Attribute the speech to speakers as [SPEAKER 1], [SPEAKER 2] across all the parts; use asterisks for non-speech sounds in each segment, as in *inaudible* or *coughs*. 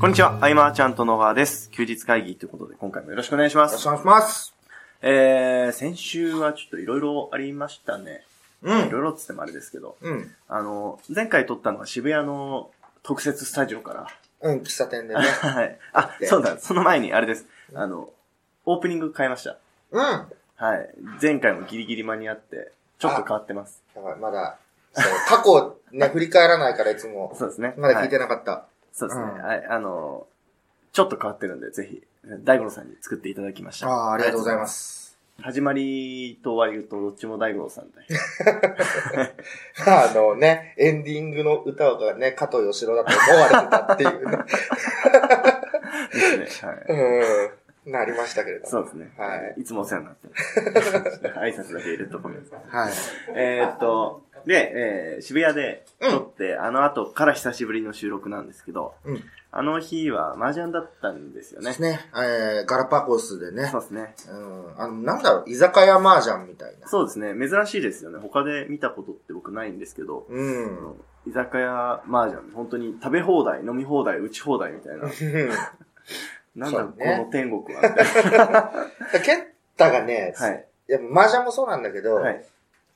[SPEAKER 1] こんにちは、アイマーちゃんと野川です。休日会議ということで、今回もよろしくお願いしま
[SPEAKER 2] よろし
[SPEAKER 1] す
[SPEAKER 2] く。お願いします。
[SPEAKER 1] えー、先週はちょっといろいろありましたね。
[SPEAKER 2] う
[SPEAKER 1] いろいろっつってもあれですけど。
[SPEAKER 2] うん。
[SPEAKER 1] あの、前回撮ったのは渋谷の特設スタジオから。
[SPEAKER 2] うん、喫茶店でね。
[SPEAKER 1] はい。あ、そうだ、その前にあれです。あの、オープニング変えました。
[SPEAKER 2] うん。や
[SPEAKER 1] はい。前回もギリギリ間に合って、ちょっと変わってます。
[SPEAKER 2] ばい、まだ、そう過去 *laughs* ね、振り返らないからいつも、
[SPEAKER 1] そうですね。
[SPEAKER 2] まだ聞いて
[SPEAKER 1] はい
[SPEAKER 2] なかった。
[SPEAKER 1] そうですね。
[SPEAKER 2] うん
[SPEAKER 1] はい。あの、ちょっと変わってるんで、ぜひ、大五郎さんに作っていただきました。
[SPEAKER 2] ああ、ありがとうございます。
[SPEAKER 1] 始まりと終わりとどっちも大五郎さんで。
[SPEAKER 2] あのね、エンディングの歌がね、加藤義郎だと思われてたっていうね、 *laughs*
[SPEAKER 1] ですね。はい。
[SPEAKER 2] うん、なりましたけれども。
[SPEAKER 1] そうですね。。
[SPEAKER 2] はい
[SPEAKER 1] いつもお世話になってます。挨拶だけ入れとこます。
[SPEAKER 2] はい。
[SPEAKER 1] えーっと、で、えー渋谷で撮って、あの後から久しぶりの収録なんですけど、
[SPEAKER 2] うん。
[SPEAKER 1] あの日は麻雀だったんですよね。
[SPEAKER 2] ですね、えー、ガラパゴスでね
[SPEAKER 1] そ、うですね。
[SPEAKER 2] うん、あの、なんだろう、居酒屋麻雀みたいな。
[SPEAKER 1] そうですね。珍しいですよね。他で見たことって僕ないんですけど、
[SPEAKER 2] う
[SPEAKER 1] あ
[SPEAKER 2] ん。
[SPEAKER 1] の居酒屋麻雀、本当に食べ放題、飲み放題、打ち放題みたいな。なんだろう、
[SPEAKER 2] そうね
[SPEAKER 1] この天国は。みたい
[SPEAKER 2] ケンタがね、
[SPEAKER 1] なはい。
[SPEAKER 2] いや、麻雀もそうなんだけど、
[SPEAKER 1] はい。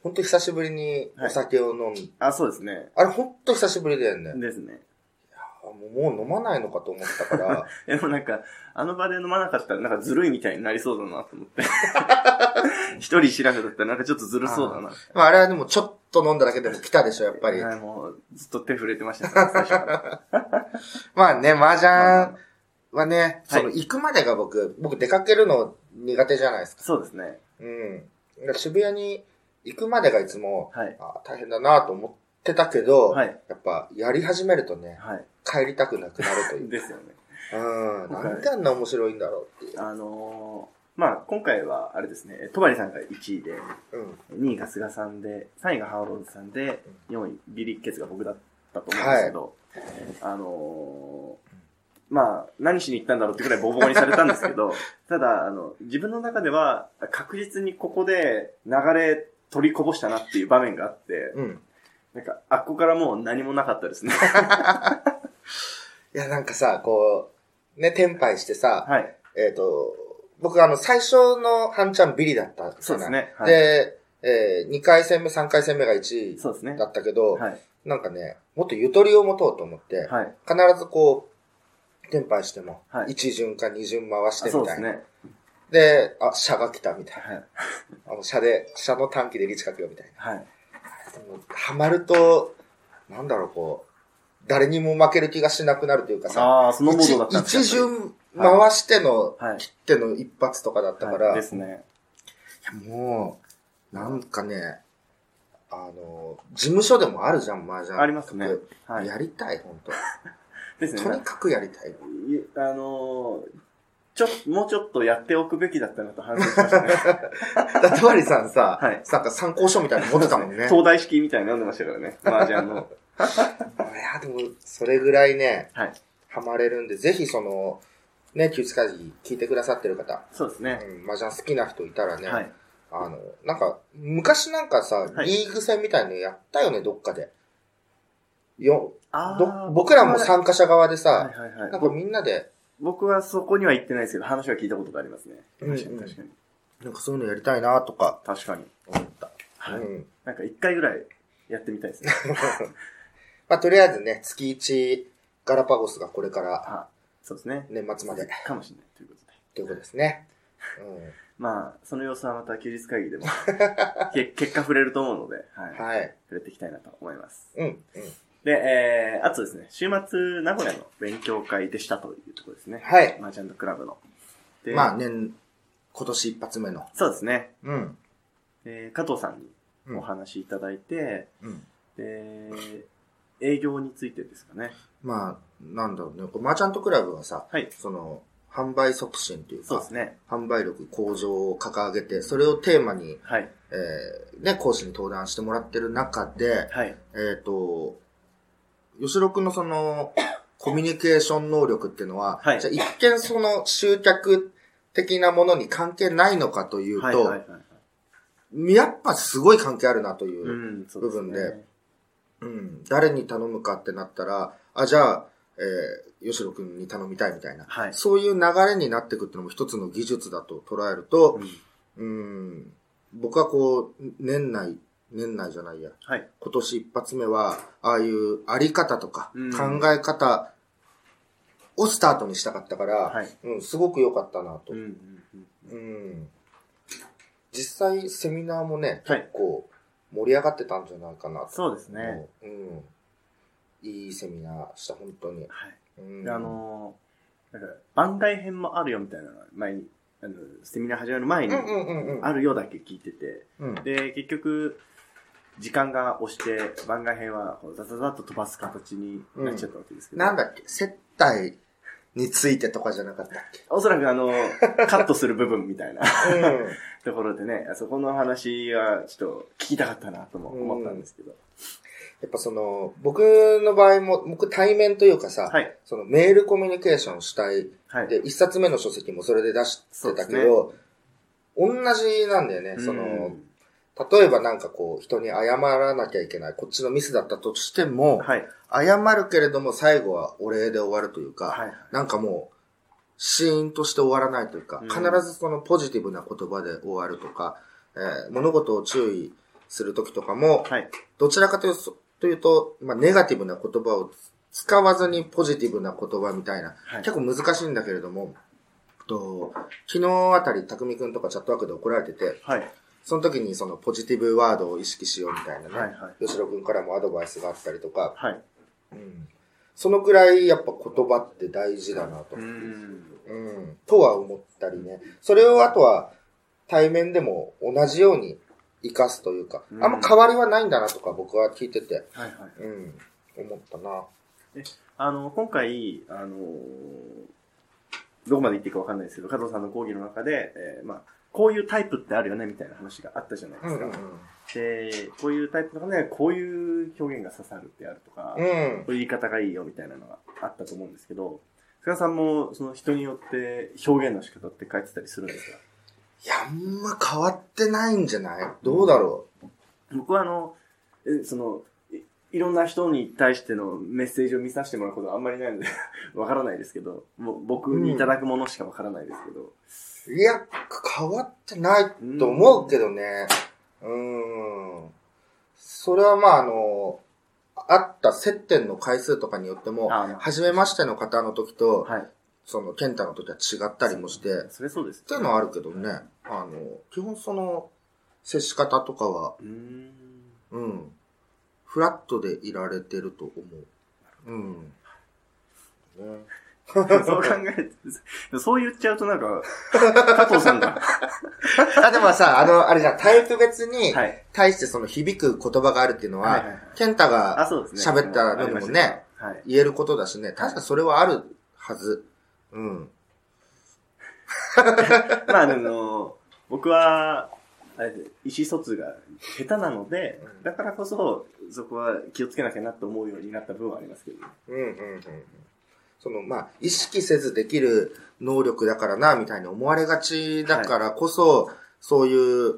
[SPEAKER 2] 本当久しぶりにお酒を飲んで、
[SPEAKER 1] あ、そうですね。
[SPEAKER 2] あれ本当久しぶりだよね。
[SPEAKER 1] ですね。
[SPEAKER 2] あもうもう飲まないのかと思ったから、
[SPEAKER 1] でもなんか、あの場で飲まなかったらなんかずるいみたいになりそうだなと思っ
[SPEAKER 2] *laughs*
[SPEAKER 1] て。一人しらふだったらなんかちょっとずるそうだな。
[SPEAKER 2] *laughs* まあ、あれはでもちょっと飲んだだけでも来たでしょ、やっぱり。
[SPEAKER 1] はい、もうずっと手触れてましたね、最初から。
[SPEAKER 2] まあね、麻
[SPEAKER 1] まあ
[SPEAKER 2] 雀はね、
[SPEAKER 1] はい
[SPEAKER 2] その行くまでが僕、僕出かけるの苦手じゃないですか。
[SPEAKER 1] そうですね。
[SPEAKER 2] うん。だから渋谷に行くまでがいつも、
[SPEAKER 1] はい。
[SPEAKER 2] あ大変だなと思ってたけど、
[SPEAKER 1] はい。
[SPEAKER 2] やっぱやり始めるとね、
[SPEAKER 1] はい。
[SPEAKER 2] 帰りたくなくなる *laughs* という。
[SPEAKER 1] ですよね。
[SPEAKER 2] うん。なんであんな面白いんだろうっていう。
[SPEAKER 1] あのー、まあ今回はあれですね、戸張さんが1位で、
[SPEAKER 2] うん。
[SPEAKER 1] 2位が菅さんで、3位がハオローズさんで、4位ビリッケツが僕だったと思うんですけど、あのーまあ、何しに行ったんだろうってくらいボコボコにされたんですけ
[SPEAKER 2] *laughs*
[SPEAKER 1] ど、ただ、あの、自分の中では確実にここで流れ取りこぼしたなっていう場面があって、
[SPEAKER 2] うん。
[SPEAKER 1] なんか、あっこからもう何もなかったです
[SPEAKER 2] *laughs*
[SPEAKER 1] ね。
[SPEAKER 2] いや、なんかさ、こう、ね、転敗してさ、
[SPEAKER 1] はい。
[SPEAKER 2] えっ、と、僕あの、最初の半チャンビリだったじゃない
[SPEAKER 1] そうです。ね。はい、
[SPEAKER 2] で、え2回戦目、3回戦目が1
[SPEAKER 1] そうですね
[SPEAKER 2] 位だ。ったけど、
[SPEAKER 1] はい。
[SPEAKER 2] なんかね、もっとゆとりを持とうと思って、
[SPEAKER 1] はい。
[SPEAKER 2] 必ずこう、転敗しても、
[SPEAKER 1] はい
[SPEAKER 2] 1巡か2巡回して
[SPEAKER 1] あそう
[SPEAKER 2] み
[SPEAKER 1] で
[SPEAKER 2] たい
[SPEAKER 1] す
[SPEAKER 2] な。
[SPEAKER 1] ね。
[SPEAKER 2] で、あ、車が来たみたい
[SPEAKER 1] はい。
[SPEAKER 2] な。あの、車で、車の短期でリーチかけようみたい
[SPEAKER 1] はい。
[SPEAKER 2] な。でもハマると、なんだろう、こう、誰にも負ける気がしなくなるというかさ、
[SPEAKER 1] ああ、そのモードだったんです
[SPEAKER 2] 一一巡回しての、
[SPEAKER 1] はい
[SPEAKER 2] 切っての一発とかだったから、
[SPEAKER 1] はい
[SPEAKER 2] い
[SPEAKER 1] ですね。
[SPEAKER 2] やもう、なんかね、あの、事務所でもあるじゃん、麻雀。
[SPEAKER 1] ありますね。はい。
[SPEAKER 2] やりたい、本当、
[SPEAKER 1] です *laughs* ね。
[SPEAKER 2] とにかくやりたい。
[SPEAKER 1] いあのーちょ、もうちょっとやっておくべきだったなと反省しま
[SPEAKER 2] *laughs*
[SPEAKER 1] したね。
[SPEAKER 2] だって、わりさん
[SPEAKER 1] *laughs*
[SPEAKER 2] さ、
[SPEAKER 1] はい
[SPEAKER 2] なんか参考書みたいなの持ってたもんね。い
[SPEAKER 1] 東大式みたいになってましたからね。麻雀
[SPEAKER 2] *laughs*
[SPEAKER 1] の。
[SPEAKER 2] や、でも、それぐらいね、
[SPEAKER 1] はい。
[SPEAKER 2] ハマれるんで、ぜひその、ね、休日会議聞いてくださってる方、
[SPEAKER 1] そうですね。
[SPEAKER 2] うん、麻雀好きな人いたらね、
[SPEAKER 1] はい。
[SPEAKER 2] あの、なんか、昔なんかさ、
[SPEAKER 1] はい
[SPEAKER 2] リーグ戦みたいのやったよね、どっかで。よ
[SPEAKER 1] あ
[SPEAKER 2] ど僕らも
[SPEAKER 1] さ
[SPEAKER 2] 参加者側でさ、
[SPEAKER 1] はいはいはい
[SPEAKER 2] なんか
[SPEAKER 1] ぼ
[SPEAKER 2] みんなで、
[SPEAKER 1] 僕はそこには行ってないですけど、話は聞いたことがありますね。
[SPEAKER 2] うんうん
[SPEAKER 1] 確かに確かに。
[SPEAKER 2] なんかそういうのやりたいなとか
[SPEAKER 1] 確かに。
[SPEAKER 2] 思った。
[SPEAKER 1] はい。
[SPEAKER 2] うん。
[SPEAKER 1] なんか一回ぐらいやってみたい
[SPEAKER 2] *laughs*
[SPEAKER 1] ですね。
[SPEAKER 2] まあ、とりあえずね、月1ガラパゴスがこれから
[SPEAKER 1] あそうですね。
[SPEAKER 2] 年末まで
[SPEAKER 1] かもしれないということで。
[SPEAKER 2] ということですね。
[SPEAKER 1] まあ、その様子はまた休日会議で
[SPEAKER 2] *laughs*
[SPEAKER 1] も、け結果触れると思うので、は
[SPEAKER 2] う
[SPEAKER 1] い
[SPEAKER 2] ん。。はい。
[SPEAKER 1] 触れていきたいなと思います。
[SPEAKER 2] うん。うん。
[SPEAKER 1] で、えー、あとですね、週末、名古屋の勉強会でしたというところですね。
[SPEAKER 2] はい。
[SPEAKER 1] マーチャントクラブの。で、
[SPEAKER 2] まあ、年、今年一発目の。
[SPEAKER 1] そうですね。
[SPEAKER 2] うん。
[SPEAKER 1] で加藤さん
[SPEAKER 2] う
[SPEAKER 1] に
[SPEAKER 2] ん
[SPEAKER 1] お話しいただいて、
[SPEAKER 2] うん。
[SPEAKER 1] で、営業についてですかね。
[SPEAKER 2] まあ、なんだろうね。こうマーチャントクラブはさ、
[SPEAKER 1] はい。
[SPEAKER 2] その、販売促進というか、
[SPEAKER 1] そうですね。
[SPEAKER 2] 販売力向上を掲げて、それをテーマに、
[SPEAKER 1] はい。
[SPEAKER 2] えー、ね、講師に登壇してもらってる中で、
[SPEAKER 1] はい。
[SPEAKER 2] えっ、と、吉郎くんのその、 *coughs* コミュニケーション能力っていうのは、
[SPEAKER 1] はい
[SPEAKER 2] じゃあ一見その集客的なものに関係ないのかというと、
[SPEAKER 1] はい。はい。はい。
[SPEAKER 2] やっぱすごい関係あるなというう、
[SPEAKER 1] ん、そうですね。
[SPEAKER 2] 部分でうん誰に頼むかってなったら、あ、じゃあ、ええー、吉野くんに頼みたいみたいな、
[SPEAKER 1] はい
[SPEAKER 2] そういう流れになってくってのも一つの技術だと捉えると、うん、僕はこう、年内、年内じゃないや、
[SPEAKER 1] はい。
[SPEAKER 2] 今年一発目は、ああいうあり方とか
[SPEAKER 1] うん
[SPEAKER 2] 考え方をスタートにしたかったから、
[SPEAKER 1] はい
[SPEAKER 2] うん、すごく良かったなと、
[SPEAKER 1] うんうんうん
[SPEAKER 2] うん実際セミナーもね、
[SPEAKER 1] はい
[SPEAKER 2] 結構盛り上がってたんじゃないかなと。
[SPEAKER 1] そうですね。
[SPEAKER 2] うん。いいセミナーした、本当に。
[SPEAKER 1] はい。
[SPEAKER 2] うん
[SPEAKER 1] で、あのーなんか、番外編もあるよみたいなのが前に、あの、セミナー始まる前
[SPEAKER 2] うん
[SPEAKER 1] に、
[SPEAKER 2] うんうんうん。
[SPEAKER 1] あるよだけ聞いてて、
[SPEAKER 2] うん。
[SPEAKER 1] で、結局、時間が押して、番外編は、こうザザザっと飛ばす形になっちゃったわけですけど。
[SPEAKER 2] なんだっけ接待についてとかじゃなかったっ
[SPEAKER 1] おそらくあの、カットする部分みたいな
[SPEAKER 2] け
[SPEAKER 1] *laughs*
[SPEAKER 2] うん。
[SPEAKER 1] ところでね、あそこの話はちょっと聞きたかったなとも思ったんですけど。
[SPEAKER 2] やっぱその、僕の場合も、僕対面というかさ、
[SPEAKER 1] はい。
[SPEAKER 2] そのメールコミュニケーションしたい。
[SPEAKER 1] はい。
[SPEAKER 2] で、一冊目の書籍もそれで出してた
[SPEAKER 1] そ
[SPEAKER 2] けど、同じなんだよね。そうの、
[SPEAKER 1] ん
[SPEAKER 2] 例えばなんかこう、人に謝らなきゃいけない、こっちのミスだったとしても、
[SPEAKER 1] はい。
[SPEAKER 2] 謝るけれども最後はお礼で終わるというか、
[SPEAKER 1] はい。
[SPEAKER 2] なんかもう、シーンとして終わらないというか、
[SPEAKER 1] うん
[SPEAKER 2] 必ずそのポジティブな言葉で終わるとか、えー物事を注意するときとかも、
[SPEAKER 1] はい。
[SPEAKER 2] どちらかというと、というとまあ、ネガティブな言葉を使わずにポジティブな言葉みたいな、
[SPEAKER 1] はい。
[SPEAKER 2] 結構難しいんだけれども、と昨日あたり、匠くんとかチャットワークで怒られてて、
[SPEAKER 1] はい。
[SPEAKER 2] その時にそのポジティブワードを意識しようみたいなね、
[SPEAKER 1] はいは
[SPEAKER 2] 吉野くんからもアドバイスがあったりとか、
[SPEAKER 1] はい。
[SPEAKER 2] うん、そのくらいやっぱ言葉って大事だなと、
[SPEAKER 1] うん。
[SPEAKER 2] うん、とは思ったりね。それをあとは対面でも同じように活かすというか、
[SPEAKER 1] うん
[SPEAKER 2] あんま変わりはないんだなとか僕は聞いてて、
[SPEAKER 1] はい。はい。
[SPEAKER 2] うん、思ったな。
[SPEAKER 1] あの、今回、あのーどこまで言っていいかわかんないですけど、加藤さんの講義の中で、えーまあ、こういうタイプってあるよね、みたいな話があったじゃないで
[SPEAKER 2] うん
[SPEAKER 1] すか。
[SPEAKER 2] うん
[SPEAKER 1] で、こういうタイプの中ではこういう表現が刺さるってあるとか、
[SPEAKER 2] う
[SPEAKER 1] こ
[SPEAKER 2] ん。
[SPEAKER 1] ういう言い方がいいよ、みたいなのがあったと思うんですけど、菅さんも、その人によって表現の仕方って変えてたりするんですか
[SPEAKER 2] いや、あんま変わってないんじゃないどうだろ
[SPEAKER 1] 僕はあの、えそのい、いろんな人に対してのメッセージを見させてもらうことはあんまりないので、 *laughs* わからないですけど、もう僕にいただくものしかわからないですけど、
[SPEAKER 2] う。いや、変わってないと思うけどね。うん。それはまああの、あった接点の回数とかによっても、
[SPEAKER 1] あの
[SPEAKER 2] 初めましての方の時と、
[SPEAKER 1] はい。
[SPEAKER 2] その、健太の時は違ったりもして、っ
[SPEAKER 1] それそうです。
[SPEAKER 2] ていうのはあるけどね、あの、基本その、接し方とかは、
[SPEAKER 1] うーん。 *laughs*
[SPEAKER 2] うん、フラットでいられてると思う。うん。ね、
[SPEAKER 1] そう考えて、 *laughs* そう言っちゃうとなんか、加藤さんが、
[SPEAKER 2] あ、でもさ、あの、あれじゃん、タイプ別に
[SPEAKER 1] はい。
[SPEAKER 2] 対してその響く言葉があるっていうの
[SPEAKER 1] はいはい
[SPEAKER 2] は、
[SPEAKER 1] はい
[SPEAKER 2] 健太
[SPEAKER 1] あ、
[SPEAKER 2] が
[SPEAKER 1] そうですね。
[SPEAKER 2] 喋った
[SPEAKER 1] あ。あ
[SPEAKER 2] のもね、
[SPEAKER 1] りました
[SPEAKER 2] 言えることだしね、確かそれはあるはず。うん。
[SPEAKER 1] はい。まあ、あの、僕は、あれで意思疎通が下手なので
[SPEAKER 2] う、ん
[SPEAKER 1] だからこそ、そこは気をつけなきゃなと思うようになった部分はありますけどね。
[SPEAKER 2] うんうんうんうん。その、まあ、意識せずできる能力だからな、みたいに思われがちだからこそ、そういう、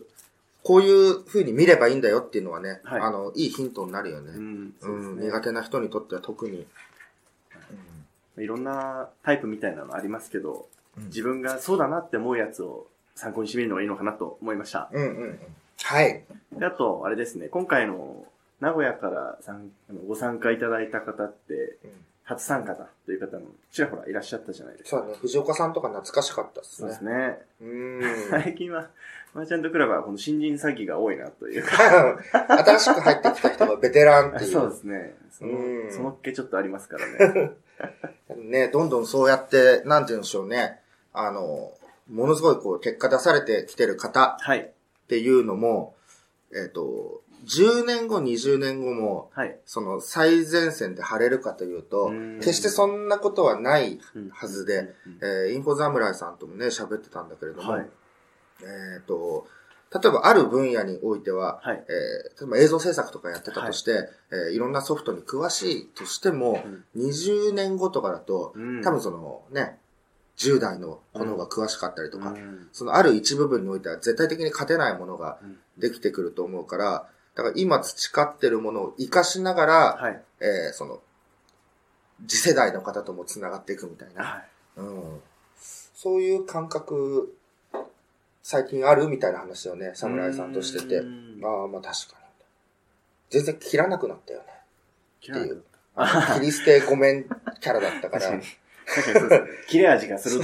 [SPEAKER 2] こういう風に見ればいいんだよっていうのはね、
[SPEAKER 1] はい
[SPEAKER 2] あの、いいヒントになるよね。
[SPEAKER 1] うん。
[SPEAKER 2] う、
[SPEAKER 1] そうんです
[SPEAKER 2] 苦
[SPEAKER 1] ね。
[SPEAKER 2] 手な人にとっては特に。
[SPEAKER 1] いろんなタイプみたいなのありますけど、
[SPEAKER 2] うん
[SPEAKER 1] 自分がそうだなって思うやつを参考にしてみるのがいいのかなと思いました。
[SPEAKER 2] うんうんうん。はい。
[SPEAKER 1] であと、あれですね、今回の名古屋から参あのご参加いただいた方って、
[SPEAKER 2] うん
[SPEAKER 1] 初参加だという方もちらほらいらっしゃったじゃないですか。
[SPEAKER 2] そうだね、藤岡さんとか懐かしかったっす
[SPEAKER 1] そう
[SPEAKER 2] ね。
[SPEAKER 1] で
[SPEAKER 2] う
[SPEAKER 1] すね。
[SPEAKER 2] ーん。 *laughs*
[SPEAKER 1] 最近は、マーチャントクラブはこの新人詐欺が多いなというか。
[SPEAKER 2] 新しく入ってきた人がベテランってい
[SPEAKER 1] そう
[SPEAKER 2] う。
[SPEAKER 1] ですね。そ
[SPEAKER 2] うん
[SPEAKER 1] の、そのっけちょっとありますから *laughs* ね。
[SPEAKER 2] ね、どんどんそうやって、なんて言うんでしょうね。あの、ものすごいこう、結果出されてきてる方
[SPEAKER 1] はい。
[SPEAKER 2] っていうのも、えっ、と、10年後、20年後も、
[SPEAKER 1] はい。
[SPEAKER 2] その最前線で晴れるかというと
[SPEAKER 1] うん、
[SPEAKER 2] 決してそんなことはないはずで、
[SPEAKER 1] うん
[SPEAKER 2] えーインフォ侍さんともね、喋ってたんだけれども、
[SPEAKER 1] はい。
[SPEAKER 2] えっ、と、例えばある分野においては、
[SPEAKER 1] はい。
[SPEAKER 2] えー例えば映像制作とかやってたとして、いえーいろんなソフトに詳しいとしても、20年後とかだと、
[SPEAKER 1] うん
[SPEAKER 2] 多分そのね、10代の子の方が詳しかったりとか、
[SPEAKER 1] うん
[SPEAKER 2] そのある一部分においては絶対的に勝てないものができてくると思うから、だから今培ってるものを活かしながら、
[SPEAKER 1] はい。
[SPEAKER 2] えーその、次世代の方とも繋がっていくみたいな。
[SPEAKER 1] い。
[SPEAKER 2] うん。そういう感覚、最近あるみたいな話をね、侍さんとしてて
[SPEAKER 1] う。ん
[SPEAKER 2] ああ、まあ確かに。全然切らなくなったよね。
[SPEAKER 1] 切らなくなっ
[SPEAKER 2] あの切り捨てごめんキャラだった
[SPEAKER 1] た
[SPEAKER 2] から
[SPEAKER 1] 確。かにそうですね切れ味が鋭い。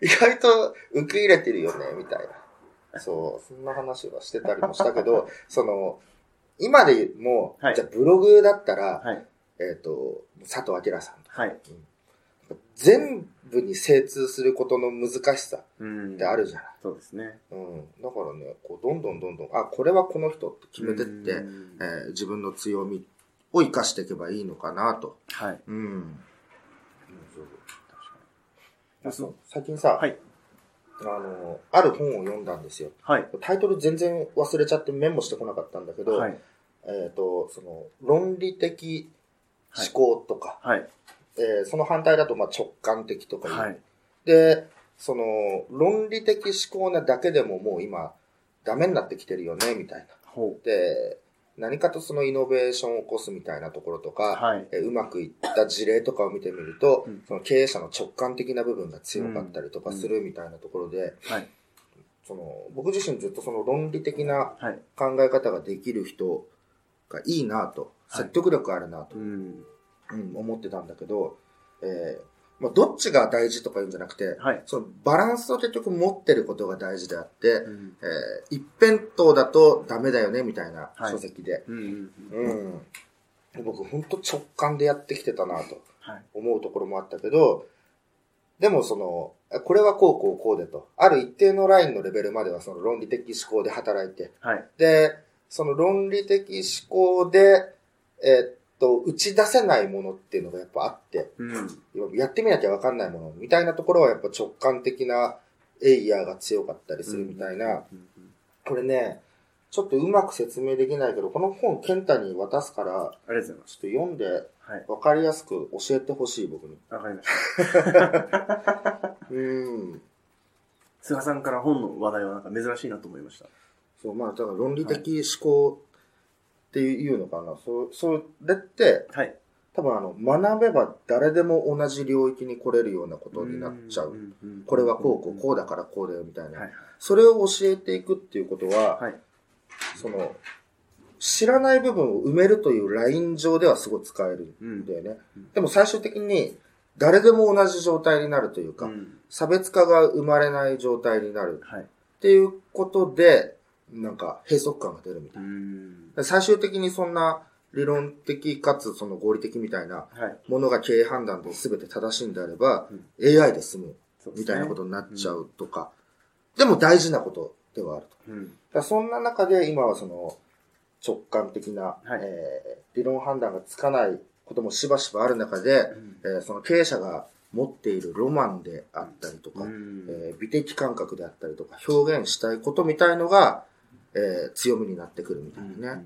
[SPEAKER 2] 意外と受け入れてるよね、みたいな。そう、そんな話はしてたりもしたけ
[SPEAKER 1] *laughs*
[SPEAKER 2] ど、その、今でも、
[SPEAKER 1] はい
[SPEAKER 2] じゃあブログだったら、
[SPEAKER 1] はい。
[SPEAKER 2] えっ、と、佐藤明さんとか、
[SPEAKER 1] はい。
[SPEAKER 2] 全部に精通することの難しさ
[SPEAKER 1] うん
[SPEAKER 2] ってあるじゃない。
[SPEAKER 1] そうですね。
[SPEAKER 2] うん。だからね、こう、どんどんどんどん、あ、これはこの人って決めてって、
[SPEAKER 1] うん
[SPEAKER 2] えー自分の強みを生かしていけばいいのかなと。
[SPEAKER 1] はい。
[SPEAKER 2] うん。
[SPEAKER 1] 確か
[SPEAKER 2] あ
[SPEAKER 1] に
[SPEAKER 2] そう最近さ、
[SPEAKER 1] はい
[SPEAKER 2] あの、ある本を読んだんですよ。
[SPEAKER 1] はい。
[SPEAKER 2] タイトル全然忘れちゃってメモしてこなかったんだけど、
[SPEAKER 1] はい。
[SPEAKER 2] えっ、と、その、論理的思考とか、
[SPEAKER 1] はい。
[SPEAKER 2] えーその反対だと、まあ、直感的とかいう、
[SPEAKER 1] はい。
[SPEAKER 2] で、その、論理的思考なだけでももう今、ダメになってきてるよね、みたいな。
[SPEAKER 1] ほ
[SPEAKER 2] で、何かとそのイノベーションを起こすみたいなところとか、
[SPEAKER 1] う。はい。
[SPEAKER 2] えーうまくいった事例とかを見てみると、
[SPEAKER 1] うん
[SPEAKER 2] その経営者の直感的な部分が強かったりとかするみたいなところで、
[SPEAKER 1] はい。
[SPEAKER 2] その僕自身ずっとその論理的な
[SPEAKER 1] はい。
[SPEAKER 2] 考え方ができる人がいいなと、
[SPEAKER 1] はい
[SPEAKER 2] 説得力あるなと、
[SPEAKER 1] うん。
[SPEAKER 2] うん思ってたんだけど、えーまあ、どっちが大事とか言うんじゃなくて、
[SPEAKER 1] はい。
[SPEAKER 2] そのバランスを結局持ってることが大事であって、
[SPEAKER 1] うん。
[SPEAKER 2] えー一辺倒だとダメだよねみたいな
[SPEAKER 1] はい
[SPEAKER 2] 書籍で。
[SPEAKER 1] うんうん。うん
[SPEAKER 2] うん。僕ほんと直感でやってきてたなと
[SPEAKER 1] はい。
[SPEAKER 2] 思うところもあったけど、でもその、あこれはこうこうこうでと。ある一定のラインのレベルまではその論理的思考で働いて、
[SPEAKER 1] はい。
[SPEAKER 2] で、その論理的思考で、えっと、打ち出せないものっていうのがやっぱあって、
[SPEAKER 1] うん。
[SPEAKER 2] やってみなきゃわかんないものみたいなところはやっぱ直感的なエイヤーが強かったりするみたいな、
[SPEAKER 1] うん。うん
[SPEAKER 2] これね、ちょっとうまく説明できないけど、この本、健太に渡すから、
[SPEAKER 1] ありがとうございま
[SPEAKER 2] ちょっと読んで、
[SPEAKER 1] す。はい。
[SPEAKER 2] わかりやすく教えてほしい、僕に。
[SPEAKER 1] わかりました。
[SPEAKER 2] うーん。
[SPEAKER 1] 菅さんから本の話題はなんか珍しいなと思いました。
[SPEAKER 2] そう、まあ、だから論理的思考っていうのかな。そう、それって、
[SPEAKER 1] はい。
[SPEAKER 2] 多分あの、学べば誰でも同じ領域に来れるようなことになっちゃう。
[SPEAKER 1] んんんん
[SPEAKER 2] これはこうこう、こうだからこうだよ、みたい
[SPEAKER 1] はい
[SPEAKER 2] な。
[SPEAKER 1] はい。
[SPEAKER 2] それを教えていくっていうことは、
[SPEAKER 1] はい。
[SPEAKER 2] その、知らない部分を埋めるというライン上ではすごい使える
[SPEAKER 1] うん
[SPEAKER 2] んだよね
[SPEAKER 1] うん。
[SPEAKER 2] でも最終的に誰でも同じ状態になるというか、
[SPEAKER 1] うん
[SPEAKER 2] 差別化が生まれない状態になる
[SPEAKER 1] はい。
[SPEAKER 2] っていうことで、なんか閉塞感が出るみた
[SPEAKER 1] う
[SPEAKER 2] い
[SPEAKER 1] ん。
[SPEAKER 2] な。最終的にそんな理論的かつその合理的みたいな
[SPEAKER 1] はい。
[SPEAKER 2] ものが経営判断で全て正しいんであれば
[SPEAKER 1] う、
[SPEAKER 2] AI で済む
[SPEAKER 1] そうですね
[SPEAKER 2] みたいなことになっちゃうとか、でも大事なことではあると。
[SPEAKER 1] うん。
[SPEAKER 2] だからそんな中で今はその直感的な、
[SPEAKER 1] はい
[SPEAKER 2] えー理論判断がつかないこともしばしばある中で、えーその経営者が持っているロマンであったりとか、
[SPEAKER 1] うん。
[SPEAKER 2] えー美的感覚であったりとか表現したいことみたいのが、えー強みになってくるみたいなね。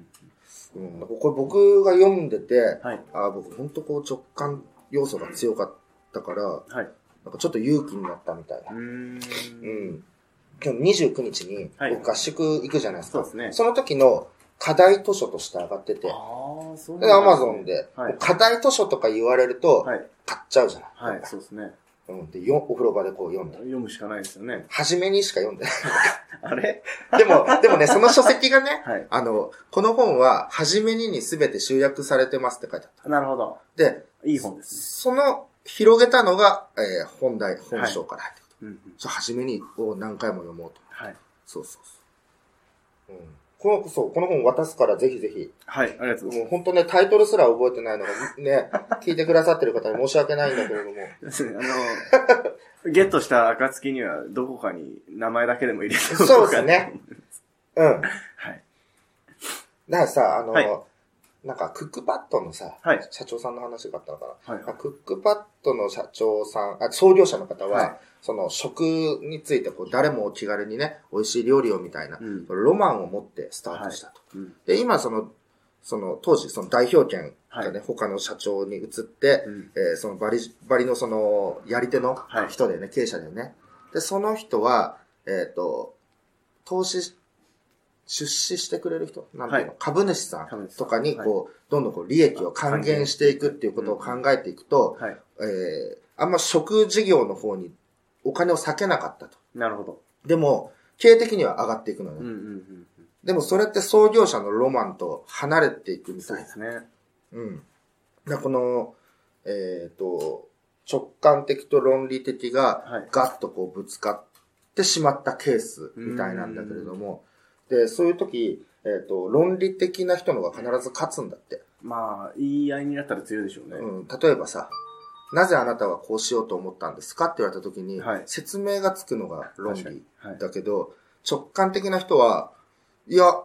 [SPEAKER 2] うんこれ僕が読んでて、
[SPEAKER 1] はい。
[SPEAKER 2] あー僕本当こう直感要素が強かったから、
[SPEAKER 1] はい。
[SPEAKER 2] なんかちょっと勇気になったみたいな。
[SPEAKER 1] うん。
[SPEAKER 2] うん。今日29日に
[SPEAKER 1] はい
[SPEAKER 2] 僕合宿行くじゃないですか。
[SPEAKER 1] そうですね
[SPEAKER 2] その時の課題図書として上がってて、で、
[SPEAKER 1] ああ、そうなん
[SPEAKER 2] アマゾンで、
[SPEAKER 1] はい
[SPEAKER 2] もう。課題図書とか言われると、
[SPEAKER 1] はい。
[SPEAKER 2] 買っちゃうじゃない。
[SPEAKER 1] はい。そうですね。
[SPEAKER 2] うん、でよお風呂場でこう読んで。
[SPEAKER 1] 読むしかないですよね。
[SPEAKER 2] 初めにしか読んでない。
[SPEAKER 1] あれ
[SPEAKER 2] でも、でもね、その書籍がね、
[SPEAKER 1] はい。
[SPEAKER 2] あの、この本は、初めにに全て集約されてますって書いてあっ
[SPEAKER 1] なるほど。
[SPEAKER 2] た。で、
[SPEAKER 1] いい本です
[SPEAKER 2] その、広げたのが、えー本題、本章から入ってくる。
[SPEAKER 1] ね。うんうん。
[SPEAKER 2] そう初めにを何回も読もうと。
[SPEAKER 1] はい。
[SPEAKER 2] そうそうそう。うん。この、そう、この本渡すからぜひぜひ。
[SPEAKER 1] はい。ありがとうござい
[SPEAKER 2] もう本当ね、タイトルすら覚えてないのが、ね、 *laughs* 聞いてくださってる方に申し訳ないんだけれども。
[SPEAKER 1] ます。あの、ゲットした暁にはどこかに名前だけでも入れておこ
[SPEAKER 2] そう
[SPEAKER 1] う
[SPEAKER 2] で
[SPEAKER 1] か
[SPEAKER 2] す
[SPEAKER 1] な
[SPEAKER 2] ね。うん。
[SPEAKER 1] はい。
[SPEAKER 2] だからさ、あの、
[SPEAKER 1] はい
[SPEAKER 2] なんかクックパッドのさ、
[SPEAKER 1] はい
[SPEAKER 2] 社長さんの話があったのか
[SPEAKER 1] はい
[SPEAKER 2] な。。クックパッドの社長さん、あ創業者の方は、
[SPEAKER 1] はい
[SPEAKER 2] その食についてこう誰もお気軽にね、美味しい料理をみたいな、
[SPEAKER 1] うん
[SPEAKER 2] ロマンを持ってスタートしたと。
[SPEAKER 1] うん。
[SPEAKER 2] で、今その、その当時その代表権がね、
[SPEAKER 1] は
[SPEAKER 2] 他の社長に移って、
[SPEAKER 1] うん
[SPEAKER 2] えーそのバリ、バリのその、やり手の
[SPEAKER 1] はい
[SPEAKER 2] 人でね、経営者だよね。で、その人は、えっ、と、投資出資してくれる人、なんていうの、
[SPEAKER 1] はい
[SPEAKER 2] 株主さ
[SPEAKER 1] 株
[SPEAKER 2] ん
[SPEAKER 1] 主さん
[SPEAKER 2] とかに、
[SPEAKER 1] はい
[SPEAKER 2] こう、どんどんこう、利益を還元していくっていうことを考えていくと、
[SPEAKER 1] はい。
[SPEAKER 2] えー、あんま食事業の方にお金を避けなかったと。
[SPEAKER 1] なるほど。
[SPEAKER 2] でも、経営的には上がっていくの
[SPEAKER 1] うん
[SPEAKER 2] ね。
[SPEAKER 1] うんうんうん。
[SPEAKER 2] でもそれって創業者のロマンと離れていくみ
[SPEAKER 1] そ
[SPEAKER 2] た
[SPEAKER 1] う
[SPEAKER 2] いな
[SPEAKER 1] で。すね。
[SPEAKER 2] うん。だからこの、えっ、と、直感的と論理的
[SPEAKER 1] は
[SPEAKER 2] が
[SPEAKER 1] い
[SPEAKER 2] ガッとこうぶつかってしまったケースみたいなんだけれども、で、そういう時、えっ、と、論理的な人の方が必ず勝つんだって。
[SPEAKER 1] まあ、言い合いになったら強いでしょうね。
[SPEAKER 2] うん、例えばさ、なぜあなたはこうしようと思ったんですかって言われた時に、
[SPEAKER 1] はい
[SPEAKER 2] 説明がつくのが論
[SPEAKER 1] 確かに
[SPEAKER 2] 理
[SPEAKER 1] はい
[SPEAKER 2] だけど、直感的な人は、いや、ん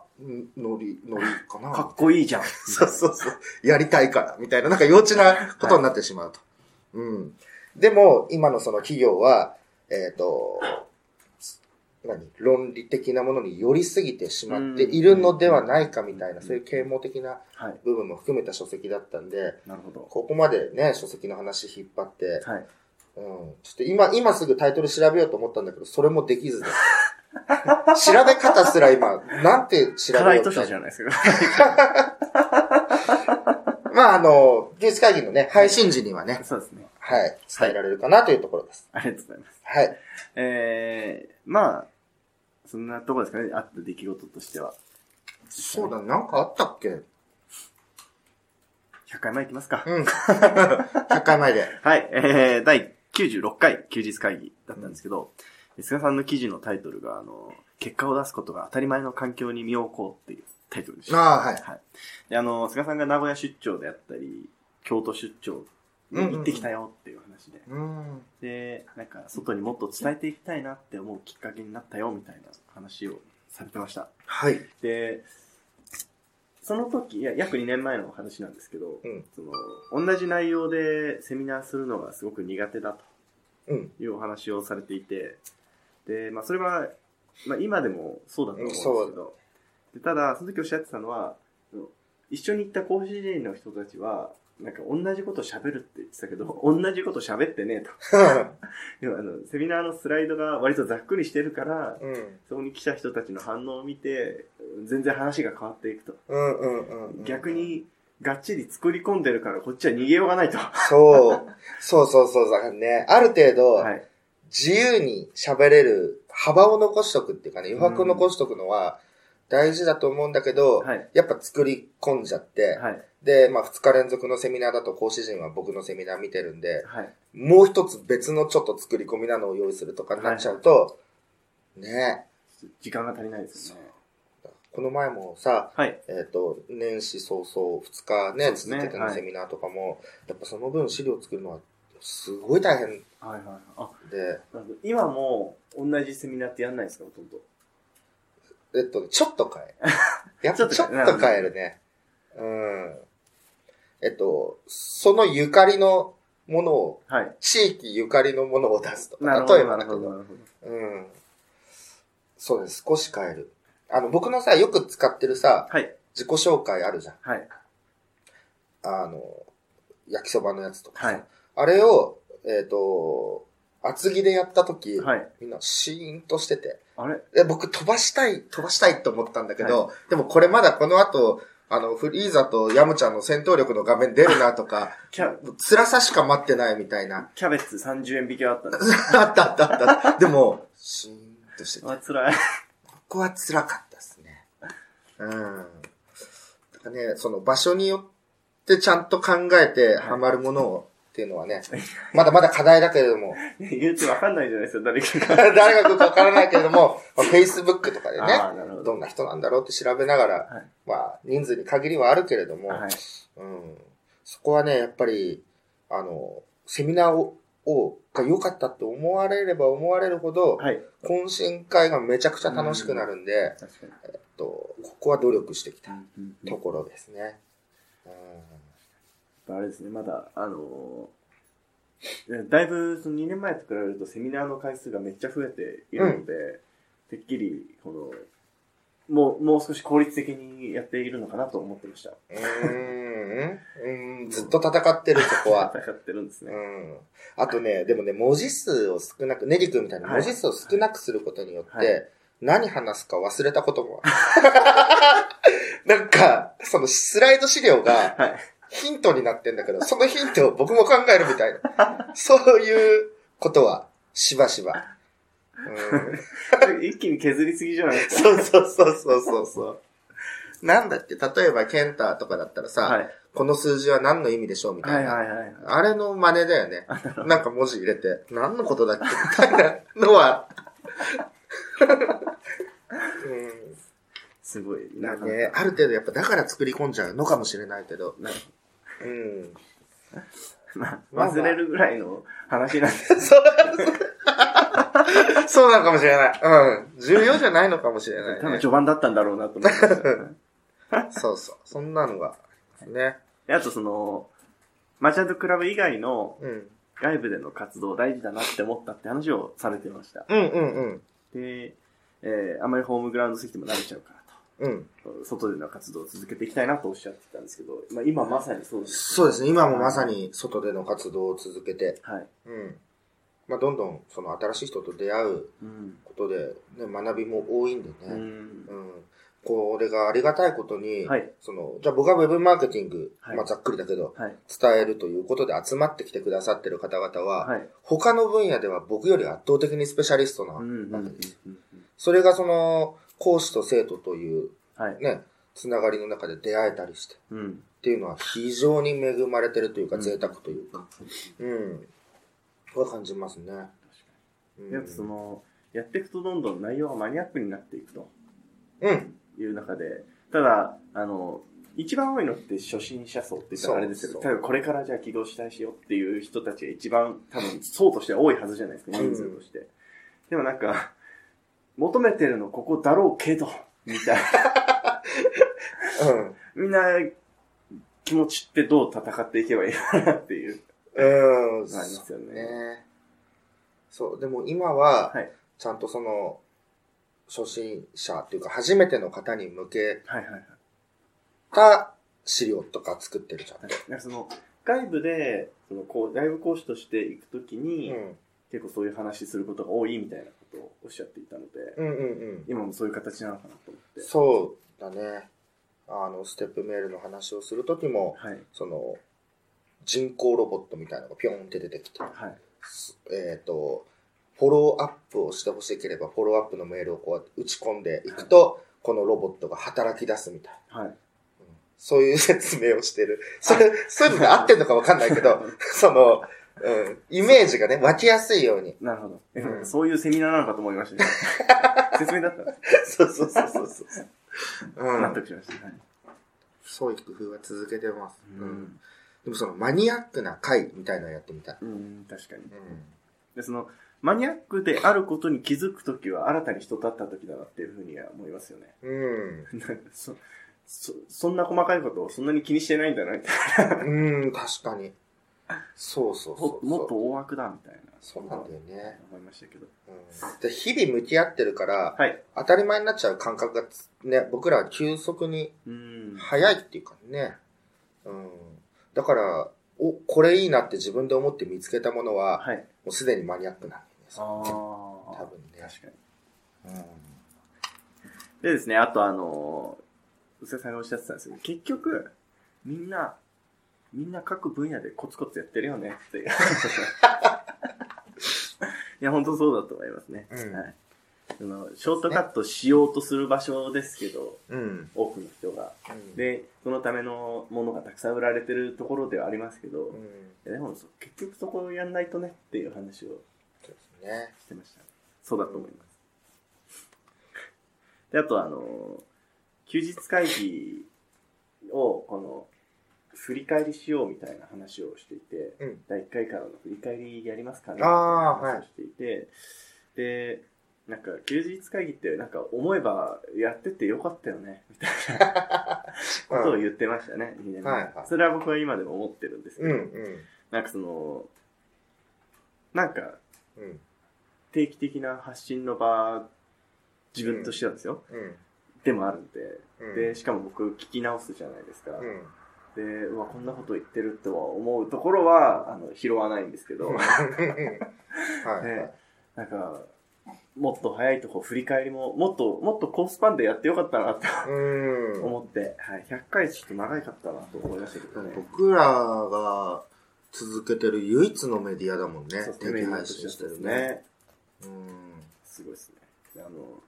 [SPEAKER 2] ノリ、ノリかな。
[SPEAKER 1] かっこいいじゃん。
[SPEAKER 2] そうそうそう。やりたいから、みたいな、なんか幼稚なことになってしまうと。うん。でも、今のその企業は、えっ、と、何論理的なものに寄りすぎてしまっているのではないかみたいな、
[SPEAKER 1] うん
[SPEAKER 2] そういう啓蒙的な
[SPEAKER 1] はい。
[SPEAKER 2] 部分も含めた書籍だったんで、
[SPEAKER 1] なるほど。
[SPEAKER 2] ここまでね、書籍の話引っ張って、
[SPEAKER 1] はい。
[SPEAKER 2] うん。ちょっと今、今すぐタイトル調べようと思ったんだけど、それもできず
[SPEAKER 1] *laughs*
[SPEAKER 2] です。調べ方すら今、なんて調べよう
[SPEAKER 1] 辛い
[SPEAKER 2] と
[SPEAKER 1] 図書
[SPEAKER 2] したの
[SPEAKER 1] じゃないですか。
[SPEAKER 2] まあ、あの、技術会議のね、配信時にはね、
[SPEAKER 1] そうですね。
[SPEAKER 2] はい、伝えられるかなというところです。
[SPEAKER 1] ありがとうございます。
[SPEAKER 2] はい。
[SPEAKER 1] えー、まあ、そんなところですかね。あった出来事としては。
[SPEAKER 2] そうだ、なんかあったっけうん。
[SPEAKER 1] 100回前いきますか。
[SPEAKER 2] *laughs* 100回前で。
[SPEAKER 1] はい、えー、第96回休日会議だったんですけど、菅さんの記事のタイトルが、あの、結果を出すことが当たり前の環境に身を置こうっていうタイトルでし
[SPEAKER 2] あ
[SPEAKER 1] た。
[SPEAKER 2] あ、はい。
[SPEAKER 1] はい。で、あの、菅さんが名古屋出張であったり、京都出張に行ってきたよっていう話で、
[SPEAKER 2] うん。
[SPEAKER 1] で、なんか、外にもっと伝えていきたいなって思うきっかけになったよみたいな話をされてました。
[SPEAKER 2] はい。
[SPEAKER 1] で、その時、いや、約2年前の話なんですけど、
[SPEAKER 2] うん。
[SPEAKER 1] その、同じ内容でセミナーするのがすごく苦手だと。
[SPEAKER 2] うん。
[SPEAKER 1] いうお話をされていて、で、まあ、それは、まあ、今でもそうだと思うんですけ
[SPEAKER 2] うんそ
[SPEAKER 1] ど、でただ、その時おっしゃってたのは、その一緒に行った講師陣の人たちは、なんか同じこと喋るって言ってたけど、同じこと喋ってねえと。でもあの、セミナーのスライドが割とざっくりしてるから、
[SPEAKER 2] うん。
[SPEAKER 1] そこに来た人たちの反応を見て、全然話が変わっていくと。
[SPEAKER 2] うんうんうん。
[SPEAKER 1] 逆。に、がっちり作り込んでるから、こっちは逃げようがないと。は
[SPEAKER 2] そう。そうそうそう。だからね、ある程度、
[SPEAKER 1] い。
[SPEAKER 2] 自由に喋れる幅を残しとくっていうかね、余白を残しとくのは大事だと思うんだけど、
[SPEAKER 1] はい
[SPEAKER 2] やっぱ作り込んじゃって、
[SPEAKER 1] はい。
[SPEAKER 2] で、まあ2日連続のセミナーだと講師陣は僕のセミナー見てるんで、
[SPEAKER 1] はい。
[SPEAKER 2] もう一つ別のちょっと作り込みなのを用意するとかになっちゃうと、ね
[SPEAKER 1] 時間が足りないですよね。
[SPEAKER 2] え、この前もさ、
[SPEAKER 1] はい。
[SPEAKER 2] えっ、と、年始早々2日ね、
[SPEAKER 1] そうですね
[SPEAKER 2] 続けて
[SPEAKER 1] は
[SPEAKER 2] の
[SPEAKER 1] い
[SPEAKER 2] セミナーとかも、やっぱその分資料作るのはすごい大変
[SPEAKER 1] はいはいはい。あ、
[SPEAKER 2] で、
[SPEAKER 1] なるほど今も同じセミナーってやんないんですか、ほとんど。
[SPEAKER 2] えっと、ちょっと変え。
[SPEAKER 1] *laughs*
[SPEAKER 2] やっ
[SPEAKER 1] ちょ
[SPEAKER 2] ぱ
[SPEAKER 1] っと
[SPEAKER 2] ちょっ
[SPEAKER 1] 変え
[SPEAKER 2] と変えるね。うん。えっと、そのゆかりのものを、
[SPEAKER 1] はい。
[SPEAKER 2] 地域ゆかりのものを出すとか。
[SPEAKER 1] なるほど。
[SPEAKER 2] 例えば
[SPEAKER 1] なる
[SPEAKER 2] だけ
[SPEAKER 1] ほど。
[SPEAKER 2] ど。
[SPEAKER 1] なるほど。
[SPEAKER 2] うん。そうです。少し変える。あの、僕のさ、よく使ってるさ、
[SPEAKER 1] はい。
[SPEAKER 2] 自己紹介あるじゃん。
[SPEAKER 1] はい。
[SPEAKER 2] あの、焼きそばのやつとかさ。
[SPEAKER 1] はい。
[SPEAKER 2] あれを、えっ、と、厚着でやった時、
[SPEAKER 1] はい。
[SPEAKER 2] みんなシーンとしてて。
[SPEAKER 1] あれ
[SPEAKER 2] で僕飛ばしたい、飛ばしたいと思ったんだけど、でもこれまだこの後、あの、フリーザとヤムちゃんの戦闘力の画面出るなとか、
[SPEAKER 1] キャ、
[SPEAKER 2] 辛さしか待ってないみたいな。
[SPEAKER 1] キャベツ30円引きはあったんです
[SPEAKER 2] あったあったあったあった。でも、シーンとしてて、
[SPEAKER 1] あ、辛い。 *laughs*
[SPEAKER 2] ここは辛かったですね。うん。だからね、その場所によってちゃんと考えてハマるものを、っていうのはね、まだまだ課題だけれ
[SPEAKER 1] *laughs*
[SPEAKER 2] ども、
[SPEAKER 1] 言うてわかんないじゃないですか、誰かが。
[SPEAKER 2] 誰が来るかわからないけれど
[SPEAKER 1] *laughs*
[SPEAKER 2] も、まあ Facebook とかでね、
[SPEAKER 1] ああ、なるほど。
[SPEAKER 2] どんな人なんだろうって調べながら、
[SPEAKER 1] はい
[SPEAKER 2] まあ、人数に限りはあるけれども、
[SPEAKER 1] はい。
[SPEAKER 2] うん、そこはね、やっぱり、あの、セミナーを、をが良かったって思われれば思われるほど、
[SPEAKER 1] はい。
[SPEAKER 2] 懇親会がめちゃくちゃ楽しくなるんで、え
[SPEAKER 1] 確かに。
[SPEAKER 2] っと、ここは努力してきた
[SPEAKER 1] うん
[SPEAKER 2] ところですね。うん
[SPEAKER 1] あれですね、まだ、あのーだいぶ、その2年前と比べるとセミナーの回数がめっちゃ増えているので、てっきり、この、もう、もう少し効率的にやっているのかなと思ってました。
[SPEAKER 2] う
[SPEAKER 1] *laughs*
[SPEAKER 2] ーん、うん、ずっと戦ってるそこは。
[SPEAKER 1] 戦ってるんです
[SPEAKER 2] う
[SPEAKER 1] ね。
[SPEAKER 2] ん。あとね、でもね、文字数を少なく、ネリ君みたいな
[SPEAKER 1] はい
[SPEAKER 2] 文字数を少なくすることによって、
[SPEAKER 1] はい
[SPEAKER 2] 何話すか忘れたことも *laughs* ある。なんか、そのスライド資料が *laughs*
[SPEAKER 1] はい。
[SPEAKER 2] ヒントになってんだけど、そのヒントを僕も考えるみたいな。そういうことは、しばしば。うん、
[SPEAKER 1] 一気に削りすぎじゃないです
[SPEAKER 2] そうそうそうそうそうそう。なんだって、例えばケンタとかだったらさ、
[SPEAKER 1] か。はい。
[SPEAKER 2] この数字は何の意味でしょうみた
[SPEAKER 1] はいい
[SPEAKER 2] な。
[SPEAKER 1] はいはい。
[SPEAKER 2] あれの真似だよね。なんか文字入れて、何のことだっけみたいなのは。う
[SPEAKER 1] すごい。
[SPEAKER 2] ん、
[SPEAKER 1] な
[SPEAKER 2] なんん
[SPEAKER 1] か
[SPEAKER 2] かね、ある程度やっぱだから作り込んじゃうのかもしれないけど。
[SPEAKER 1] な
[SPEAKER 2] うん。
[SPEAKER 1] まあ、忘れるぐらいの話なんです。
[SPEAKER 2] そう、そうなのかもしれない。うん。重要じゃないのかもしれない、
[SPEAKER 1] 多分
[SPEAKER 2] ね。
[SPEAKER 1] 序盤だったんだろうなと思いました。
[SPEAKER 2] *laughs*
[SPEAKER 1] で
[SPEAKER 2] そうそう。そんなのがありますね。
[SPEAKER 1] あとその、マチャドクラブ以外の
[SPEAKER 2] うん。
[SPEAKER 1] 外部での活動大事だなって思ったって話をされてました。
[SPEAKER 2] うんうんうん。で
[SPEAKER 1] で、えー、あんまりホームグラウンド席でも慣れちゃうから
[SPEAKER 2] うん。
[SPEAKER 1] と、外での活動を続けていきたいなとおっしゃってたんですけど、まあ今まさにそうです。
[SPEAKER 2] そうですね。今もまさに外での活動を続けて。
[SPEAKER 1] はい。
[SPEAKER 2] うん。まあ、どんどんその新しい人と出会う
[SPEAKER 1] うん。
[SPEAKER 2] ことで、ね、学びも多いんでね。
[SPEAKER 1] う
[SPEAKER 2] うん。
[SPEAKER 1] ん。
[SPEAKER 2] これがありがたいことに、
[SPEAKER 1] はい
[SPEAKER 2] その、じゃあ僕はウェブマーケティング、
[SPEAKER 1] はい
[SPEAKER 2] まあ、ざっくりだけど、
[SPEAKER 1] はい。
[SPEAKER 2] 伝えるということで集まってきてくださってる方々は、
[SPEAKER 1] はい。
[SPEAKER 2] 他の分野では僕より圧倒的にスペシャリストな
[SPEAKER 1] うんうんう
[SPEAKER 2] わけ
[SPEAKER 1] ん
[SPEAKER 2] です。
[SPEAKER 1] うん。
[SPEAKER 2] それがその、講師と生徒という
[SPEAKER 1] はい。
[SPEAKER 2] ね、つながりの中で出会えたりして、
[SPEAKER 1] うん。
[SPEAKER 2] っていうのは非常に恵まれてるというか、
[SPEAKER 1] うん
[SPEAKER 2] 贅沢というか、うん。は感じますね。うん
[SPEAKER 1] やっぱその、やっていくとどんどん内容がマニアックになっていくと
[SPEAKER 2] うん。
[SPEAKER 1] いう中で、ただ、あの、一番多いのって初心者層って言ったらあれですけど、
[SPEAKER 2] そうそ
[SPEAKER 1] 多
[SPEAKER 2] う
[SPEAKER 1] 分これからじゃあ起動したいしよっていう人たちが一番多分層としては多いはずじゃないですか、
[SPEAKER 2] うん
[SPEAKER 1] 人数として。でもなんか、求めてるのここだろうけど、みたいな。
[SPEAKER 2] *laughs*
[SPEAKER 1] みんな気持ちってどう戦っていけばいいのかなっていう
[SPEAKER 2] うん。うん。
[SPEAKER 1] のがありますよね。
[SPEAKER 2] ね。そう、でも今は
[SPEAKER 1] はい、
[SPEAKER 2] ちゃんとその、初心者っていうか、初めての方に向け
[SPEAKER 1] はいはいはい。
[SPEAKER 2] た資料とか作ってるじゃん。
[SPEAKER 1] なんかその、外部で、そのこう外部講師として行くときに、
[SPEAKER 2] うん。
[SPEAKER 1] 結構そういう話することが多いみたいなことをおっしゃっていたので、
[SPEAKER 2] うんうんうん。
[SPEAKER 1] 今もそういう形なのかなと思って。
[SPEAKER 2] そうだね。あの、ステップメールの話をするときも、
[SPEAKER 1] はい。
[SPEAKER 2] その、人工ロボットみたいなのがピョンって出てきて、
[SPEAKER 1] はい。
[SPEAKER 2] すえっ、と、フォローアップをしてほしければ、フォローアップのメールをこう打ち込んでいくと、このロボットが働き出すみたいな。
[SPEAKER 1] はい。
[SPEAKER 2] そういう説明をしてる。それ、そういうのが合ってんのかわかんないけ *laughs* ど、その、うん、イメージがね、湧きやすいように。
[SPEAKER 1] なるほど。え
[SPEAKER 2] うん
[SPEAKER 1] *laughs* そういうセミナーなのかと思いま *laughs* したね。説明だったんです
[SPEAKER 2] そうそうそうそうそう。う
[SPEAKER 1] 納
[SPEAKER 2] ん。
[SPEAKER 1] 得しました。はい。
[SPEAKER 2] そういう工夫は続けてます。う
[SPEAKER 1] うんん。
[SPEAKER 2] でもそのマニアックな回みたいなのやってみたい。
[SPEAKER 1] うん、確かに。
[SPEAKER 2] う
[SPEAKER 1] で、その、マニアックであることに気づくときは、新たに人と会ったときだなっていうふうには思いますよね。 *laughs*
[SPEAKER 2] ん。
[SPEAKER 1] なんかそ、そ、そんな細かいことをそんなに気にしてないんだな、みたいな。
[SPEAKER 2] うん、うん、確かに。そうそう
[SPEAKER 1] も
[SPEAKER 2] そう。
[SPEAKER 1] もっと。大枠だ、みたいな。
[SPEAKER 2] そうなんだよね。
[SPEAKER 1] 思いましたけど。
[SPEAKER 2] うんで日々向き合ってるから、
[SPEAKER 1] はい。
[SPEAKER 2] 当たり前になっちゃう感覚がつね、僕らは急速に
[SPEAKER 1] うん。
[SPEAKER 2] 早いっていうかね。うん。だから、お、これいいなって自分で思って見つけたものは、
[SPEAKER 1] はい。
[SPEAKER 2] もうすでにマニアックなんです
[SPEAKER 1] ああ。
[SPEAKER 2] よ。多
[SPEAKER 1] 多
[SPEAKER 2] 分ね。
[SPEAKER 1] 確かに。
[SPEAKER 2] う
[SPEAKER 1] でですね、あとあのー、うささんがおっしゃってたんですけど、結局、みんな、みんな各分野でコツコツやってるよねっていう。い *laughs* や、本当そうだと思いますね。
[SPEAKER 2] うん
[SPEAKER 1] はい。その、ショートカットしようとする場所ですけど、
[SPEAKER 2] ん。うん。
[SPEAKER 1] 多くの人が。
[SPEAKER 2] うん、
[SPEAKER 1] で、そのためのものがたくさん売られてるところではありますけど、
[SPEAKER 2] う
[SPEAKER 1] いや
[SPEAKER 2] ん。
[SPEAKER 1] でもそ結局そこをやんないとねっていう話を
[SPEAKER 2] そうですね。
[SPEAKER 1] してました。そうだと思います。で、あとあの、休日会議を、この、振り返りしようみたいな話をしていて、
[SPEAKER 2] うん
[SPEAKER 1] 第1回からの振り返りやりますかね
[SPEAKER 2] ああ
[SPEAKER 1] って話をしていて、で、なんか休日会議ってなんか思えばやっててよかったよね、みたいなことを言ってましたね、2年前
[SPEAKER 2] はいはい
[SPEAKER 1] それは僕は今でも思ってるんですけ
[SPEAKER 2] う
[SPEAKER 1] ど、
[SPEAKER 2] ん。うん。
[SPEAKER 1] なんかその、なんか
[SPEAKER 2] うん。
[SPEAKER 1] 定期的な発信の場、自分としてはですよ。
[SPEAKER 2] うん。
[SPEAKER 1] でもあるんで。
[SPEAKER 2] うん
[SPEAKER 1] で、しかも僕聞き直すじゃないですか。
[SPEAKER 2] うん。
[SPEAKER 1] で、うわ、こんなこと言ってるとは思うところ *laughs* は、あの、拾わないんですけど、
[SPEAKER 2] はい、はい
[SPEAKER 1] なんか、もっと早いとこ振り返りも、もっと、もっとコースパンでやってよかったなって
[SPEAKER 2] うん。
[SPEAKER 1] 思って、はい。100回ちょっと長いかったなと思いましたけどね。
[SPEAKER 2] 僕らが続けてる唯一のメディアだもんね
[SPEAKER 1] そう。
[SPEAKER 2] 定期配信してるね。。うん。
[SPEAKER 1] すごいですね。あの、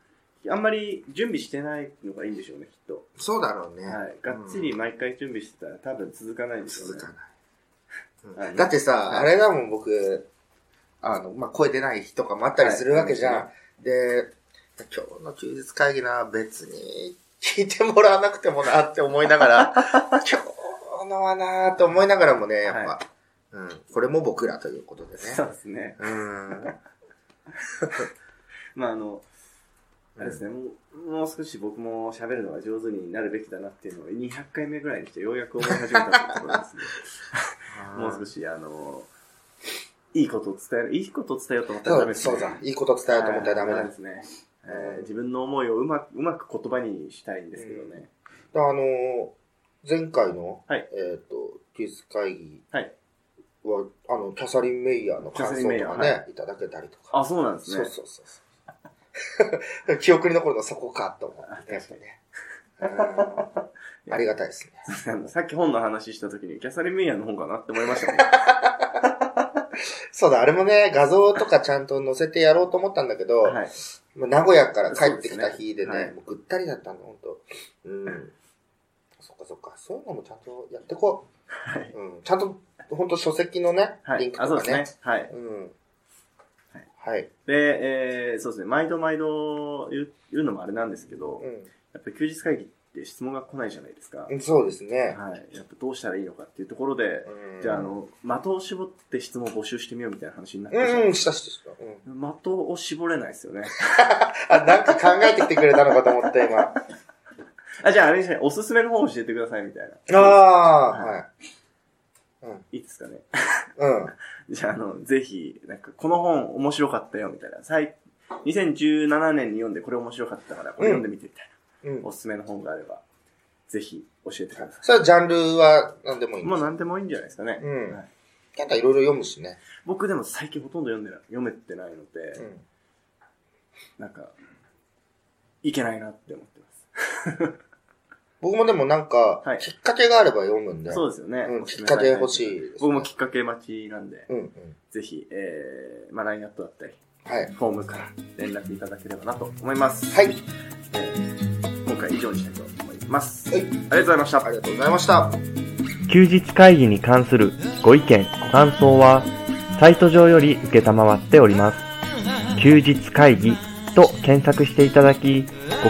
[SPEAKER 1] あんまり準備してないのがいいんでしょうね、きっと。
[SPEAKER 2] そうだろうね。
[SPEAKER 1] はい。がっちり毎回準備してたら多分続かないんですよ
[SPEAKER 2] 続
[SPEAKER 1] ね。
[SPEAKER 2] かない。
[SPEAKER 1] は
[SPEAKER 2] う
[SPEAKER 1] い
[SPEAKER 2] んだってさ、
[SPEAKER 1] はい
[SPEAKER 2] あれだもん、僕、あの、まあ、声出ない日とかもあったりするわけじゃん。
[SPEAKER 1] は
[SPEAKER 2] で、今日の休日会議な、別に聞いてもらわなくてもなって思いな
[SPEAKER 1] *laughs*
[SPEAKER 2] がら、今日のはなと思いながらもね、やっぱ、
[SPEAKER 1] は
[SPEAKER 2] うん、これも僕らということでね。
[SPEAKER 1] そうですね。
[SPEAKER 2] うん。
[SPEAKER 1] *laughs* まあ、あの、あれですね、もうもう少し僕も喋るのが上手になるべきだなっていうのを200回目ぐらいにしてようやく思い始めたところ
[SPEAKER 2] *laughs*
[SPEAKER 1] ですね。
[SPEAKER 2] うん。
[SPEAKER 1] もう少し、あの、いいことを伝える、いいことを伝えようと思ったら
[SPEAKER 2] そ
[SPEAKER 1] ダ
[SPEAKER 2] う
[SPEAKER 1] メですね。
[SPEAKER 2] そうだ。いいこと伝えようと思ったらダメだ。
[SPEAKER 1] は
[SPEAKER 2] だ
[SPEAKER 1] い
[SPEAKER 2] か
[SPEAKER 1] ですね。えー自分の思いをうまく、うまく言葉にしたいんですけどね。
[SPEAKER 2] らあのー前回の、
[SPEAKER 1] はい
[SPEAKER 2] えっ、と、休日会議
[SPEAKER 1] はい。
[SPEAKER 2] は、あの、キャサリン・メイヤーの感想
[SPEAKER 1] キャサリンメイ
[SPEAKER 2] と
[SPEAKER 1] ヤ
[SPEAKER 2] か
[SPEAKER 1] ー
[SPEAKER 2] ね、、
[SPEAKER 1] はい
[SPEAKER 2] ただけたりとか。
[SPEAKER 1] あ、そうなんです
[SPEAKER 2] そう
[SPEAKER 1] ね。
[SPEAKER 2] そうそうそう。 *laughs* 記憶に残るのはそこかと思って、やっぱね。
[SPEAKER 1] *laughs*
[SPEAKER 2] うんありがたいですね。
[SPEAKER 1] あの *laughs* さっき本の話した時に、キャサリン・メイヤーの本かなって思いましたね。
[SPEAKER 2] そうだ、あれもね、画像とかちゃんと載せてやろうと思ったんだけど、
[SPEAKER 1] はい。
[SPEAKER 2] まあ名古屋から帰ってきた日で
[SPEAKER 1] そうですね
[SPEAKER 2] ね
[SPEAKER 1] は、い
[SPEAKER 2] もうぐったりだったんだ、ほんと。うん。そっかそっか、そういうのもちゃんとやってこ。
[SPEAKER 1] はいう
[SPEAKER 2] うん。ちゃんと、ほんと書籍のね、
[SPEAKER 1] は
[SPEAKER 2] リン
[SPEAKER 1] い
[SPEAKER 2] ク。と
[SPEAKER 1] あ、そう
[SPEAKER 2] か
[SPEAKER 1] ですね
[SPEAKER 2] ね。。
[SPEAKER 1] はい。
[SPEAKER 2] うん。
[SPEAKER 1] は
[SPEAKER 2] はい。
[SPEAKER 1] で、えーそうですね。毎度毎度言う言うのもあれなんですけど、
[SPEAKER 2] う
[SPEAKER 1] やっぱり休日会議って質問が来ないじゃないですか。はい。
[SPEAKER 2] ん。そうですね。
[SPEAKER 1] やっぱどうしたらいいのかっていうところで、
[SPEAKER 2] うん
[SPEAKER 1] じゃあ、あ、の、的を絞って質問を募集してみようみたいな話になって
[SPEAKER 2] うんうん、し
[SPEAKER 1] した
[SPEAKER 2] たしたした。うん。
[SPEAKER 1] 的を絞れないですよね。
[SPEAKER 2] あ、なんか考えてきてくれたのかと思った、今。
[SPEAKER 1] *laughs*
[SPEAKER 2] あ
[SPEAKER 1] あ、じゃああれですね、おすすめの本教えてくださいみたいな。
[SPEAKER 2] あー、はい
[SPEAKER 1] は。
[SPEAKER 2] うん。
[SPEAKER 1] いいですかね。
[SPEAKER 2] うん。
[SPEAKER 1] じゃあ、あの、ぜひ、なんか、この本面白かったよ、みたいな。最、2017年に読んで、これ面白かったから、これ読んでみて、みたい
[SPEAKER 2] うん
[SPEAKER 1] な。おすすめの本があれば、ぜひ、教えてくださ
[SPEAKER 2] それはジャンルは何でもいい
[SPEAKER 1] い。
[SPEAKER 2] んで
[SPEAKER 1] もう
[SPEAKER 2] す
[SPEAKER 1] 何でもいいんじゃないですかね。
[SPEAKER 2] うん
[SPEAKER 1] はい
[SPEAKER 2] ケンタいろいろ読むしね。
[SPEAKER 1] 僕でも最近ほとんど読んでない、読めてないので、
[SPEAKER 2] うん。
[SPEAKER 1] なんか、いけないなって思ってます。
[SPEAKER 2] 僕もでもなんか
[SPEAKER 1] はい、
[SPEAKER 2] きっかけがあれば読むんで。
[SPEAKER 1] そうですよね。
[SPEAKER 2] うん
[SPEAKER 1] おす
[SPEAKER 2] き
[SPEAKER 1] す
[SPEAKER 2] っ
[SPEAKER 1] め
[SPEAKER 2] か
[SPEAKER 1] され
[SPEAKER 2] け
[SPEAKER 1] たり
[SPEAKER 2] 欲しいですね。
[SPEAKER 1] 僕もきっかけ待ちなんで、
[SPEAKER 2] うんうん。
[SPEAKER 1] ぜひ、えー、まあ、LINE アットだったり、
[SPEAKER 2] はい。
[SPEAKER 1] フォームから連絡いただければなと思います。
[SPEAKER 2] はい。
[SPEAKER 1] えー今回以上にしたいと思います。
[SPEAKER 2] はい
[SPEAKER 1] ありがとうございました
[SPEAKER 2] あ。りがとうございました。
[SPEAKER 3] 休日会議に関するご意見、ご感想は、サイト上より受けたまわっております。休日会議と検索していただき、ご